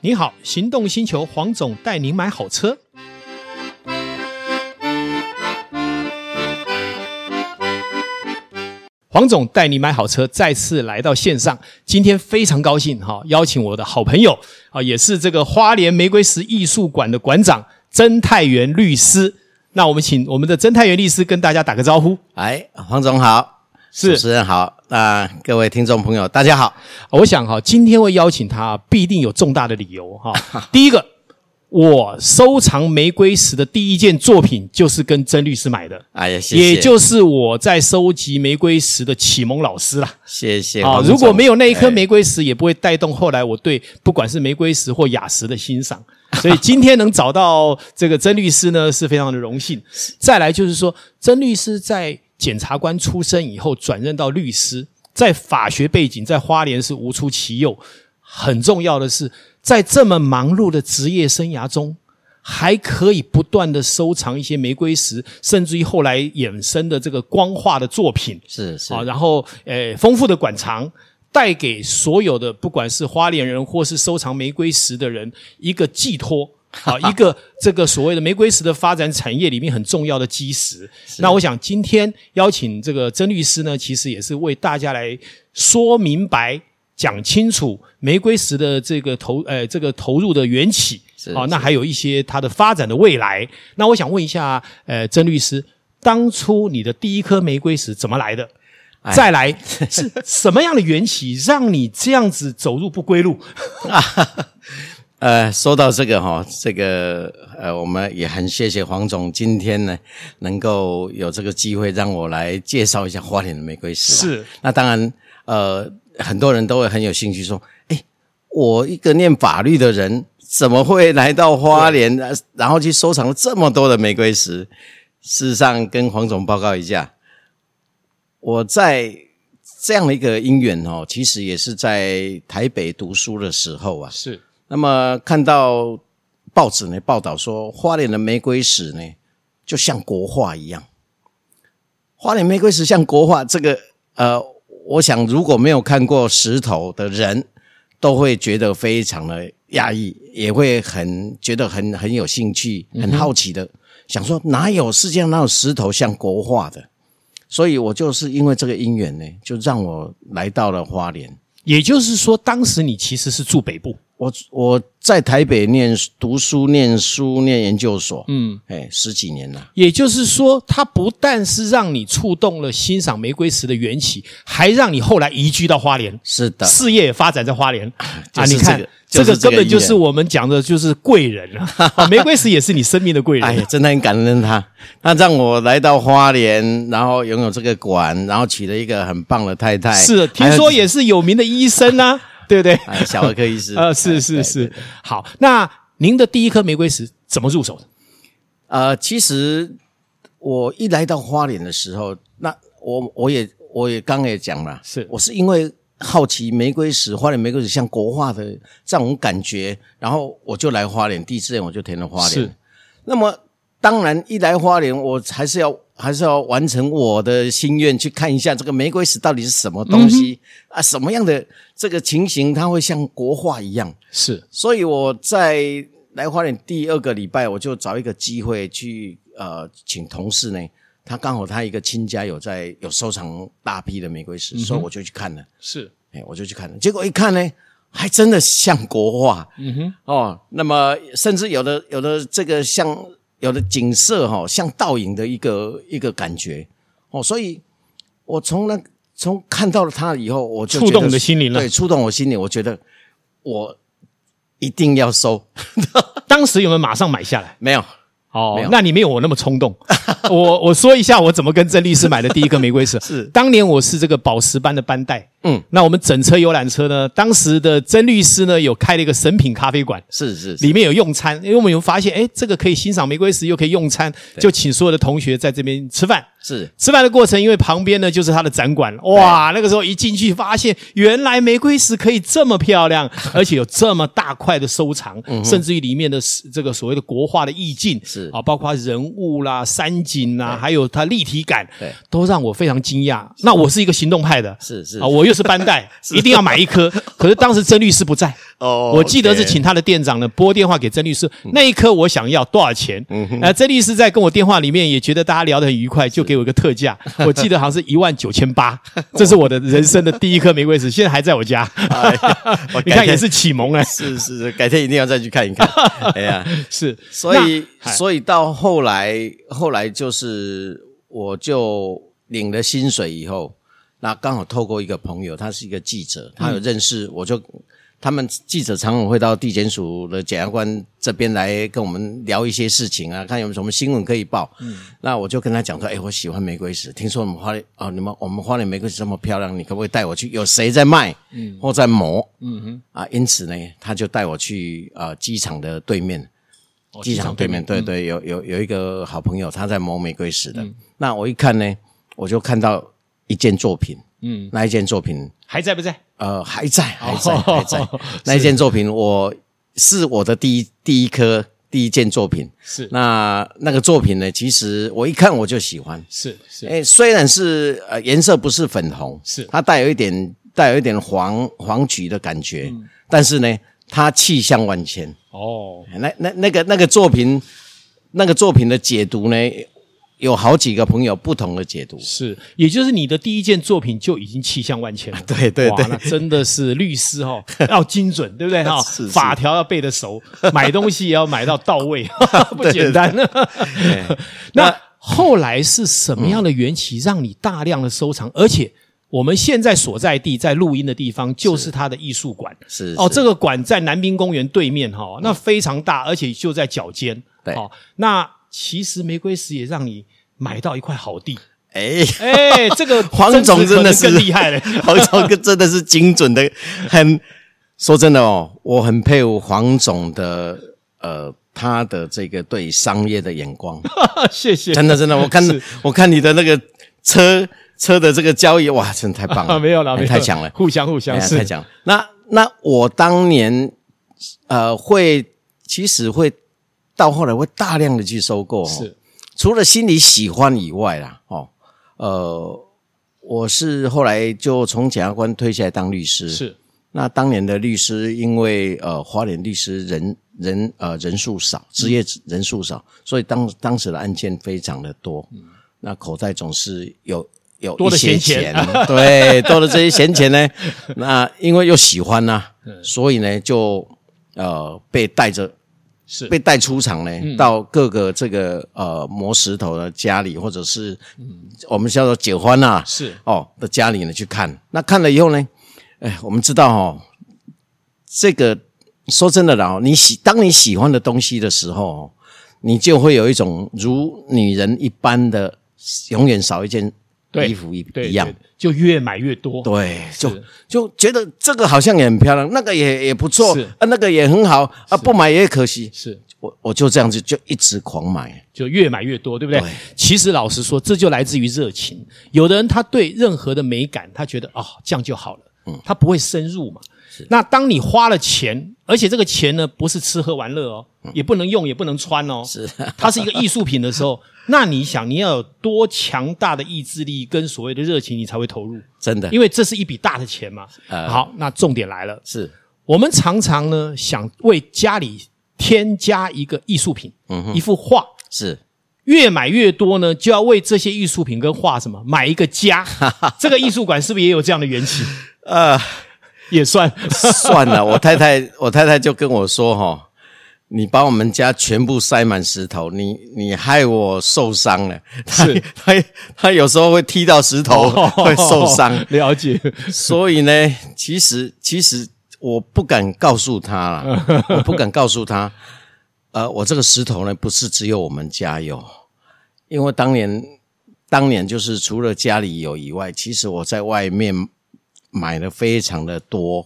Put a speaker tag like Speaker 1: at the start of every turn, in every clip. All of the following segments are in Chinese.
Speaker 1: 你好，行动星球黄总带您买好车。黄总带你买好车，再次来到线上。今天非常高兴哈、邀请我的好朋友啊，也是这个花莲玫瑰石艺术馆的馆长曾泰元律师。那我们请我们的曾泰元律师跟大家打个招呼。
Speaker 2: 哎，黄总好，
Speaker 1: 是
Speaker 2: 主持人好，那、各位听众朋友大家好。
Speaker 1: 哦我想哈，今天会邀请他，必定有重大的理由哈。 第一个，我收藏玫瑰石的第一件作品就是跟曾律师买的，
Speaker 2: 哎呀，谢谢，
Speaker 1: 也就是我在收集玫瑰石的启蒙老师啦。
Speaker 2: 谢谢
Speaker 1: 啊
Speaker 2: 黄，总
Speaker 1: 如果没有那一颗
Speaker 2: 哎
Speaker 1: 玫瑰石，也不会带动后来我对不管是玫瑰石或雅石的欣 赏。所以今天能找到这个曾律师呢，是非常的荣幸。 再来就是说，曾律师在检察官出身以后，转任到律师，在法学背景，在花莲是无出其右。很重要的是，在这么忙碌的职业生涯中，还可以不断的收藏一些玫瑰石，甚至于后来衍生的这个光化的作品。
Speaker 2: 是是
Speaker 1: 啊，然后呃，丰富的馆藏带给所有的不管是花莲人或是收藏玫瑰石的人一个寄 托。啊，一个这个所谓的玫瑰石的发展产业里面很重要的基石。那我想今天邀请这个曾律师呢，其实也是为大家来说明白、讲清楚玫瑰石的这个投呃这个投入的缘起。
Speaker 2: 是
Speaker 1: 啊，那还有一些它的发展的未来。那我想问一下，呃，曾律师，当初你的第一颗玫瑰石怎么来的？
Speaker 2: 哎
Speaker 1: 再来是什么样的缘起，让你这样子走入不归 路？
Speaker 2: 呃，说到这个哈、这个呃，我们也很谢谢黄总今天呢能够有这个机会让我来介绍一下花莲的玫瑰石。
Speaker 1: 是，
Speaker 2: 那当然呃，很多人都会很有兴趣说，哎，我一个念法律的人，怎么会来到花莲，呃然后去收藏了这么多的玫瑰石？事实上，跟黄总报告一下，我在这样的一个因缘哦，其实也是在台北读书的时候啊，
Speaker 1: 是
Speaker 2: 那么看到报纸呢报道说，花莲的玫瑰石呢就像国画一样，花莲玫瑰石像国画，这个呃，我想如果没有看过石头的人，都会觉得非常的讶异，也会很觉得很很有兴趣、很好奇的，想说哪有世界上哪有石头像国画的？所以我就是因为这个因缘呢，就让我来到了花莲。
Speaker 1: 也就是说，当时你其实是住北部，
Speaker 2: 我我在台北念书读书、念书、念研究所，嗯，哎，十几年了，
Speaker 1: 也就是说，它不但是让你触动了欣赏玫瑰石的缘起，还让你后来移居到花莲，
Speaker 2: 是的，
Speaker 1: 事业也发展在花 莲
Speaker 2: 就
Speaker 1: 啊！
Speaker 2: 是
Speaker 1: 你看，
Speaker 2: 这个就
Speaker 1: 根
Speaker 2: 是这个
Speaker 1: 本
Speaker 2: 意
Speaker 1: 就是
Speaker 2: 愿
Speaker 1: 我们讲的，就是贵人 啊！啊玫瑰石也是你生命的贵人。啊
Speaker 2: 哎呀，真的很感恩他，他让我来到花莲，然后拥有这个馆，然后娶了一个很棒的太太，
Speaker 1: 是，听说也是有名的医生 啊，对不对？
Speaker 2: 哎还有，哎，小儿科医师， 哎
Speaker 1: 呃，是是是，好。那您的第一颗玫瑰石怎么入手的？
Speaker 2: 呃，其实我一来到花莲的时候，那我我也我也刚刚也讲了，
Speaker 1: 是
Speaker 2: 我是因为好奇玫瑰石，花莲玫瑰石像国画的这种感觉，然后我就来花莲，第一志愿我就填了花
Speaker 1: 是
Speaker 2: 莲。那么当然一来花莲，我还是要还是要完成我的心愿，去看一下这个玫瑰石到底是什么东
Speaker 1: 嗯
Speaker 2: 西、啊，什么样的这个情形，它会像国画一样。
Speaker 1: 是
Speaker 2: 所以我在来花莲第二个礼拜，我就找一个机会去呃，请同事呢，他刚好他一个亲家有在有收藏大批的玫瑰石，所以我就去看了，
Speaker 1: 是，
Speaker 2: 哎，我就去看了，结果一看呢，还真的像国画，嗯哼，哦，那么甚至有的有的这个像有的景色哈、哦，像倒影的一个一个感觉哦，所以我从那从看到了它以后，我就
Speaker 1: 触
Speaker 2: 觉得
Speaker 1: 动你的心灵了
Speaker 2: 对，触动我心灵，我觉得我一定要收，
Speaker 1: 当时有没有马上买下来？
Speaker 2: 没有，
Speaker 1: 哦
Speaker 2: 没有
Speaker 1: 那你没有我那么冲 动。我我说一下我怎么跟曾律师买的第一颗玫瑰石。
Speaker 2: 是
Speaker 1: 当年我是这个宝石班的班带。
Speaker 2: 嗯，
Speaker 1: 那我们整车游览车呢，当时的曾律师呢有开了一个神品咖啡馆，
Speaker 2: 是是是，
Speaker 1: 里面有用餐，因为我们有发现，哎，这个可以欣赏玫瑰石，又可以用餐，就请所有的同学在这边吃饭。
Speaker 2: 是
Speaker 1: 吃饭的过程，因为旁边呢就是它的展馆，哇，那个时候一进去发现，原来玫瑰石可以这么漂亮，而且有这么大块的收藏，甚至于里面的这个所谓的国画的意境
Speaker 2: 嗯是
Speaker 1: 啊，包括人物啦、山景啦，还有它立体感，
Speaker 2: 对
Speaker 1: 都让我非常惊讶。那我是一个行动派的，
Speaker 2: 是是
Speaker 1: 啊，我又是班代，一定要买一颗。可是当时曾律师不 在，
Speaker 2: 哦嗯
Speaker 1: 我记得是请他的店长呢拨电话给曾律师，那一颗我想要多少钱？呃，曾律师在跟我电话里面也觉得大家聊得很愉快，就给我一个特价， 我记得好像是一万九千八，这是我的人生的第一颗玫瑰石，现在还在我家。
Speaker 2: 哎 我
Speaker 1: 你
Speaker 2: 改
Speaker 1: 看
Speaker 2: 天
Speaker 1: 也是启蒙哎，
Speaker 2: 是是是，改天一定要再 去看一看。哎呀，
Speaker 1: 是，
Speaker 2: 所以
Speaker 1: 嗨
Speaker 2: 所以到后来，后来就是我就领了薪水以后，那刚好透过一个朋友，他是一个记者，他有认识，我就他们记者常常会到地检署的检察官这边来跟我们聊一些事情啊，看有没有什么新闻可以报。那我就跟他讲说，哎，我喜欢玫瑰石，听说你们花莲哦，你们我们花莲玫瑰石这么漂亮，你可不可以带我去？有谁在卖？嗯，或在磨？嗯哼，啊，因此呢，他就带我去啊、呃机场的对面。哦机场对面，嗯对对，有有有一个好朋友，他在磨玫瑰石的。那我一看呢，我就看到一件作品，嗯，那一件作品，
Speaker 1: 还在不在？
Speaker 2: 呃，还在，还在，
Speaker 1: 哦
Speaker 2: 还在。那一件作品我，是我的第一第一颗第一件作品。
Speaker 1: 是
Speaker 2: 那那个作品呢，其实我一看我就喜欢，
Speaker 1: 是是
Speaker 2: 哎，虽然是呃颜色不是粉红，
Speaker 1: 是
Speaker 2: 它带有一点带有一点黄黄橘的感觉，
Speaker 1: 嗯
Speaker 2: 但是呢，它气象万千。哎
Speaker 1: 哦，
Speaker 2: 那那那个那个作品，那个作品的解读呢，有好几个朋友不同的解读。
Speaker 1: 是，也就是你的第一件作品就已经气象万千了。
Speaker 2: 对对
Speaker 1: 哇
Speaker 2: 对
Speaker 1: 那真的是律师 哦，要精准，对不对哈？
Speaker 2: 是是
Speaker 1: 法条要背得 熟，买东西也要买到到位， 不简单。
Speaker 2: 哎
Speaker 1: 那后来是什么样的缘起让你大量的收
Speaker 2: 嗯
Speaker 1: 藏？而且我们现在所在地在录音的地方就是它的艺术馆。
Speaker 2: 是
Speaker 1: 哦，
Speaker 2: 是嗯
Speaker 1: 这个馆在南滨公园对面哈、那非常大，而且就在脚尖。
Speaker 2: 对
Speaker 1: 哦，那其实玫瑰石也让你买到一块好地。
Speaker 2: 哎，
Speaker 1: 哎，这个
Speaker 2: 黄总真的是
Speaker 1: 可能更厉害了。
Speaker 2: 黄总真的是精准的，很说真的哦，我很佩服黄总的呃他的这个对商业的 眼光，
Speaker 1: 谢谢。
Speaker 2: 真的真的，我看我看你的那个车车的这个交易，哇，真的太棒 了，
Speaker 1: 啊，没有啦，
Speaker 2: 哎
Speaker 1: 没有啦
Speaker 2: 太强了。
Speaker 1: 互相互相
Speaker 2: 哎
Speaker 1: 是
Speaker 2: 太讲。那那我当年呃会，其实会到后来会大量的去收购、哦，
Speaker 1: 是
Speaker 2: 除了心里喜欢以外啦，哦，呃，我是后来就从检察官退下来当律师，
Speaker 1: 是
Speaker 2: 那当年的律师，因为呃，花莲律师人人呃人数少，
Speaker 1: 嗯
Speaker 2: 职业人数少，所以当当时的案件非常的多，那口袋总是有
Speaker 1: 嗯
Speaker 2: 有
Speaker 1: 多的
Speaker 2: 一些
Speaker 1: 闲钱
Speaker 2: 对，多了这些闲钱呢，那因为又喜欢呐、
Speaker 1: 嗯
Speaker 2: 所以呢就呃被带着
Speaker 1: 是
Speaker 2: 被带出场呢，
Speaker 1: 嗯
Speaker 2: 到各个这个呃磨石头的家里，或者是、我们叫做解欢呐、
Speaker 1: 嗯是
Speaker 2: 哦的家里呢去看。那看了以后呢，哎，我们知道哦，这个说真的啦，哦你喜当你喜欢的东西的时候哦，你就会有一种如女人一般的，永远少一件
Speaker 1: 对
Speaker 2: 衣服一
Speaker 1: 对
Speaker 2: 一样
Speaker 1: 对。就越买越多。
Speaker 2: 对，就就觉得这个好像也很漂亮，那个也也不错
Speaker 1: 是
Speaker 2: 啊，那个也很好啊，不买也可惜。
Speaker 1: 是，
Speaker 2: 我我就这样子就一直狂买，
Speaker 1: 就越买越多，对不对？
Speaker 2: 对
Speaker 1: 其实老实说，这就来自于热情。有的人他对任何的美感，他觉得哦，这样就好了，
Speaker 2: 嗯
Speaker 1: 他不会深入嘛。那当你花了钱，而且这个钱呢，不是吃喝玩乐哦，
Speaker 2: 嗯
Speaker 1: 也不能用，也不能穿哦，是它是一个艺术品的时候，那你想你要有多强大的意志力跟所谓的热情，你才会投入，
Speaker 2: 真的
Speaker 1: 因为这是一笔大的钱嘛。
Speaker 2: 呃
Speaker 1: 好，那重点来了，
Speaker 2: 是
Speaker 1: 我们常常呢想为家里添加一个艺术品，
Speaker 2: 嗯
Speaker 1: 一幅画，
Speaker 2: 是
Speaker 1: 越买越多呢，就要为这些艺术品跟画什么买一个 家。这个艺术馆是不是也有这样的缘起？
Speaker 2: 呃，
Speaker 1: 也算
Speaker 2: 算了，我太太我太太就跟我说哈、你把我们家全部塞满石头，你你害我受伤了。她
Speaker 1: 是哦
Speaker 2: 她她有时候会踢到 石头，会受伤。
Speaker 1: 了解，
Speaker 2: 所以呢，其实其实我不敢告诉他啦，我不敢告诉他。呃，我这个石头呢，不是只有我们家有，因为当年当年就是除了家里有以外，其实我在外面买的非常的多，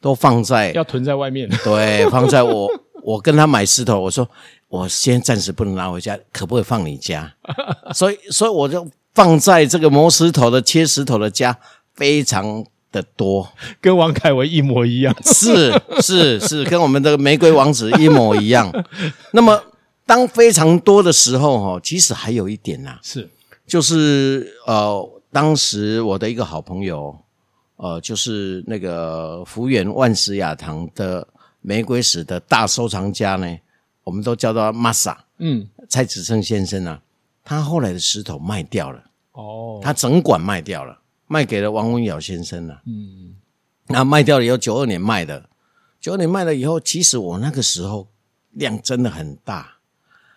Speaker 2: 都放在
Speaker 1: 要囤在外面。
Speaker 2: 对放在我我跟他买石头，我说我先暂时不能拿回家，可不可以放你家？ 所以所以我就放在这个磨石头的切石头的家非常的多。
Speaker 1: 跟王凯文一模一样。
Speaker 2: 是是是，跟我们的玫瑰王子一模一样。那么，当非常多的时候，哈，其实还有一点呐、啊
Speaker 1: 是
Speaker 2: 就是呃，当时我的一个好朋友，呃，就是那个福原万石雅堂的玫瑰史的大收藏家呢，我们都叫他 Masa
Speaker 1: 嗯，
Speaker 2: 蔡子胜先生啊，他后来的石头卖掉了。
Speaker 1: 哦，
Speaker 2: 他整馆卖掉了，卖给了王文尧先生了。嗯，那卖掉了以后，九二年卖的，九二年卖了以后，其实我那个时候量真的很大。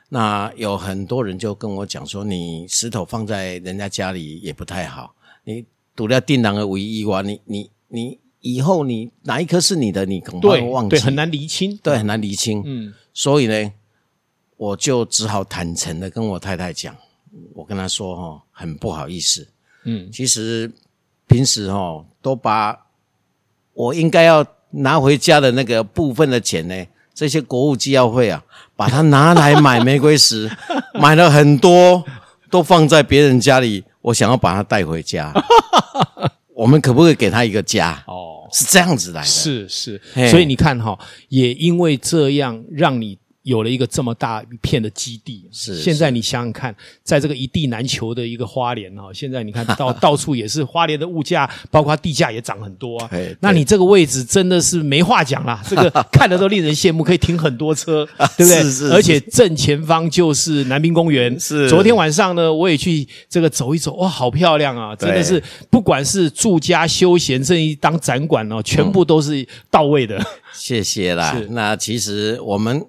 Speaker 2: 那有很多人就跟我讲说，你石头放在人家家里也不太好，你除了定然而为一哇，啊你你你以后你哪一颗是你的，你恐怕会忘
Speaker 1: 对
Speaker 2: 记，
Speaker 1: 对，很难厘清，
Speaker 2: 对很难厘清。
Speaker 1: 嗯，
Speaker 2: 所以呢，我就只好坦诚的跟我太太讲，我跟她说哦，很不好意思，
Speaker 1: 嗯，
Speaker 2: 其实平时哦，都把我应该要拿回家的那个部分的钱呢，这些国务机要会啊，把它拿来买玫瑰石， 买了很多，都放在别人家里，我想要把它带回家，我们可不可以给他一个家？
Speaker 1: 哦，
Speaker 2: 是这样子来的，
Speaker 1: 是是
Speaker 2: 嘿，
Speaker 1: 所以你看哈、也因为这样，让你有了一个这么大一片的基地。
Speaker 2: 是
Speaker 1: 现在你想想看，在这个一地难求的一个花莲 哈、现在你看到到处也是花莲的物价，包括地价也涨很多啊
Speaker 2: 对。
Speaker 1: 那你这个位置真的是没话讲 啦，这个看得都令人羡慕，可以停很多车，对不对？
Speaker 2: 是是
Speaker 1: 而且正前方就是南滨公园。
Speaker 2: 是
Speaker 1: 昨天晚上呢，我也去这个走一走，哇，好漂亮啊！真的
Speaker 2: 对
Speaker 1: 是不管是住家休闲这一当展馆哦，全部都是到位的。
Speaker 2: 谢谢啦
Speaker 1: 是。
Speaker 2: 那其实我们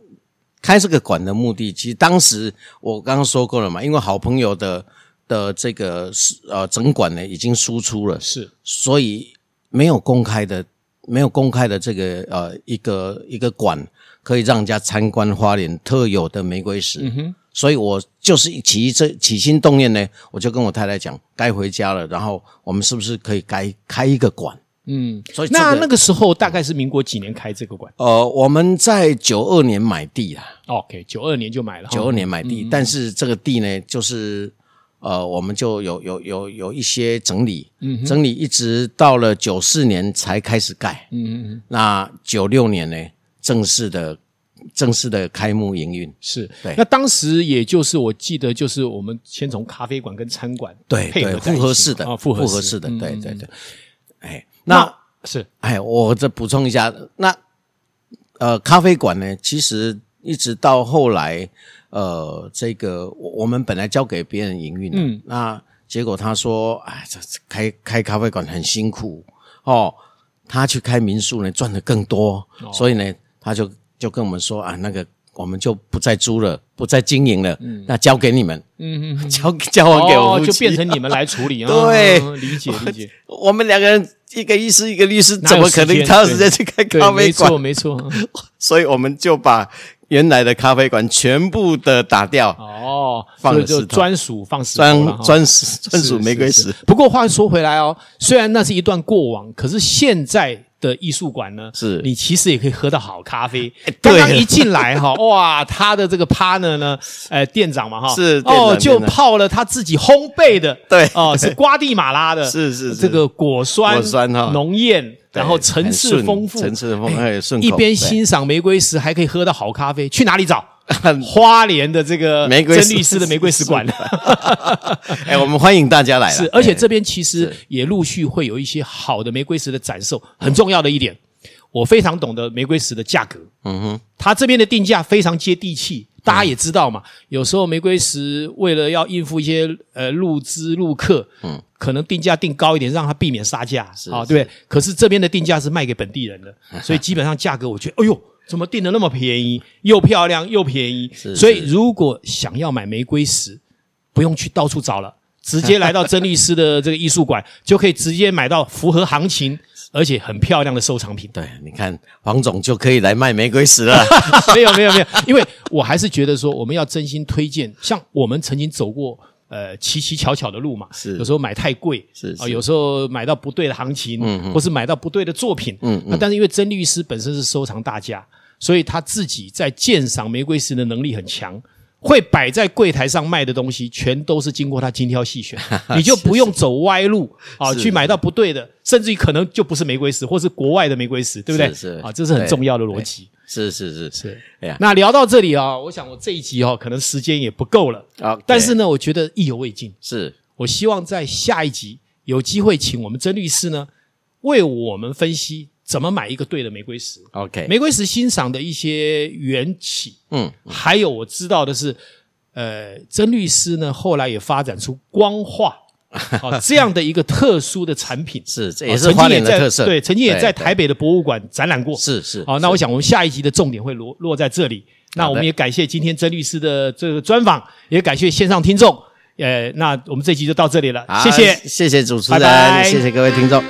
Speaker 2: 开这个馆的目的，其实当时我刚刚说过了嘛，因为好朋友的的这个呃整馆呢已经输出 了，
Speaker 1: 是
Speaker 2: 所以没有公开的，没有公开的这个呃一个一个馆可以让人家参观花莲特有的玫瑰
Speaker 1: 嗯
Speaker 2: 石。所以我就是起这起心动念呢，我就跟我太太讲，该回家了，然后我们是不是可以该开一个馆？嗯，所以这
Speaker 1: 那那个时候大概是民国几年开这个馆
Speaker 2: 呃，我们在九二年买地啊啦，
Speaker 1: ？OK，九二年就买了哈。
Speaker 2: 九二年买地，
Speaker 1: 嗯
Speaker 2: 但是这个地呢，就是呃，我们就有有有有一些整理，
Speaker 1: 嗯
Speaker 2: 整理一直到了九四年才开始盖，
Speaker 1: 嗯嗯嗯，
Speaker 2: 那九六年呢，正式的正式的开幕营运，
Speaker 1: 是
Speaker 2: 对。
Speaker 1: 那当时也就是我记得就是我们先从咖啡馆跟餐馆
Speaker 2: 对
Speaker 1: 配
Speaker 2: 对，
Speaker 1: 合在一
Speaker 2: 复
Speaker 1: 起
Speaker 2: 合式的，
Speaker 1: 啊，复合
Speaker 2: 合式
Speaker 1: 式
Speaker 2: 的，对对对，哎，那
Speaker 1: 那是
Speaker 2: 哎，我再补充一下，那呃，咖啡馆呢，其实一直到后来，呃，这个我我们本来交给别人营运的，
Speaker 1: 嗯
Speaker 2: 那结果他说，哎，这这开开咖啡馆很辛苦哦，他去开民宿呢，赚的更多，
Speaker 1: 哦
Speaker 2: 所以呢，他就就跟我们说啊，那个我们就不再租了，不再经营了，那交给你们，
Speaker 1: 嗯嗯嗯，
Speaker 2: 交交还给我
Speaker 1: 哦
Speaker 2: 夫妻、
Speaker 1: 就变成你们来处 理啊。
Speaker 2: 对
Speaker 1: 嗯理解理 解，
Speaker 2: 我们两个人。一个医师，一个律师，
Speaker 1: 哪
Speaker 2: 怎
Speaker 1: 有
Speaker 2: 么可能
Speaker 1: 时间
Speaker 2: 他有时间去开
Speaker 1: 对
Speaker 2: 咖，啡
Speaker 1: 没
Speaker 2: 馆
Speaker 1: 错？没错。
Speaker 2: 所以我们就把原来的咖啡馆全部的打掉，
Speaker 1: 哦，
Speaker 2: 放
Speaker 1: 所
Speaker 2: 了
Speaker 1: 以就
Speaker 2: 石头
Speaker 1: 专属放石头
Speaker 2: 专
Speaker 1: 了哈
Speaker 2: 专属专
Speaker 1: 是
Speaker 2: 属玫瑰。
Speaker 1: 是
Speaker 2: 石
Speaker 1: 是不过话说回来哦，虽然那是一段过往，可是现在。的艺术馆呢，
Speaker 2: 是哎
Speaker 1: 你其实也可以喝到好咖啡。
Speaker 2: 对啊
Speaker 1: 刚刚一进来哈， 哇，他的这个 partner 呢，呃，店长嘛哈，
Speaker 2: 是店
Speaker 1: 哦，
Speaker 2: 长
Speaker 1: 就
Speaker 2: 店长
Speaker 1: 泡了他自己烘焙的，
Speaker 2: 对
Speaker 1: 哦，是瓜地马拉的，
Speaker 2: 是是是
Speaker 1: 这个果酸
Speaker 2: 果酸哈
Speaker 1: 浓艳，
Speaker 2: 对
Speaker 1: 然后层次
Speaker 2: 很顺
Speaker 1: 丰富，
Speaker 2: 层次丰富哎顺口
Speaker 1: 一边
Speaker 2: 对
Speaker 1: 欣赏玫瑰石，还可以喝到好咖啡。去哪里找？
Speaker 2: 哎
Speaker 1: 花莲的这个
Speaker 2: 玫瑰石
Speaker 1: 真律师的玫瑰石 馆。
Speaker 2: 哎，我们欢迎大家来了。
Speaker 1: 哎是，而且这边其实也陆续会有一些好的玫瑰石的展售。很重要的一点，我非常懂得玫瑰石的价格。嗯哼，它这边的定价非常接地气。大家也知道嘛，有时候玫瑰石为了要应付一些呃入资入客，嗯，可能定价定高一点，让它避免杀价啊，对不对？可是这边的定价是卖给本地人的， 所以基本上价格，我觉得，哎呦，怎么定的那么便宜，又漂亮又便宜？所以如果想要买玫瑰石，不用去到处找了，直接来到曾律师的这个艺术馆， 就可以直接买到符合行情而且很漂亮的收藏品。
Speaker 2: 对，你看黄总就可以来卖玫瑰石 了。
Speaker 1: 没有没有没有，因为我还是觉得说，我们要真心推荐，像我们曾经走过。呃，奇奇巧巧的路嘛，
Speaker 2: 是
Speaker 1: 有时候买太贵，
Speaker 2: 是
Speaker 1: 啊、
Speaker 2: 是
Speaker 1: 有时候买到不对的行情，嗯，或是买到不对的作品，嗯，那但是因为曾律师本身是收藏大家，所以他自己在鉴赏玫瑰石的能力很强，会摆在柜台上卖的东西，全都是经过他精挑细 选，你就不用走歪路啊，去买到不对的，甚至于可能就不是玫瑰石，或是国外的玫瑰石，对不对？
Speaker 2: 是是
Speaker 1: 啊，这是很
Speaker 2: 对
Speaker 1: 重要的逻辑。
Speaker 2: 是是是是，
Speaker 1: 是，
Speaker 2: 哎呀
Speaker 1: 那聊到这里啊、我想我这一集哦，可能时间也不够了，
Speaker 2: 啊，
Speaker 1: 但是呢，我觉得意犹未尽。
Speaker 2: 是
Speaker 1: 我希望在下一集有机会请我们曾律师呢，为我们分析怎么买一个对的玫瑰石。
Speaker 2: OK，
Speaker 1: 玫瑰石欣赏的一些缘起，
Speaker 2: 嗯，
Speaker 1: 还有我知道的是，呃，曾律师呢后来也发展出光 化。哦，这样的一个特殊的产品
Speaker 2: 是这
Speaker 1: 哦
Speaker 2: 也是
Speaker 1: 曾经
Speaker 2: 花莲的
Speaker 1: 在
Speaker 2: 特色
Speaker 1: 对，曾经也
Speaker 2: 对
Speaker 1: 在
Speaker 2: 对
Speaker 1: 台北的博物馆展览过。
Speaker 2: 是是，
Speaker 1: 好，那我想我们下一集的重点会落落在这里。那
Speaker 2: 好的
Speaker 1: 我们也感谢今天曾律师的这个专访，也感谢线上听众。呃，那我们这集就到这里了，
Speaker 2: 好
Speaker 1: 谢谢。
Speaker 2: 谢谢主持人，
Speaker 1: 拜拜
Speaker 2: 谢谢各位听众。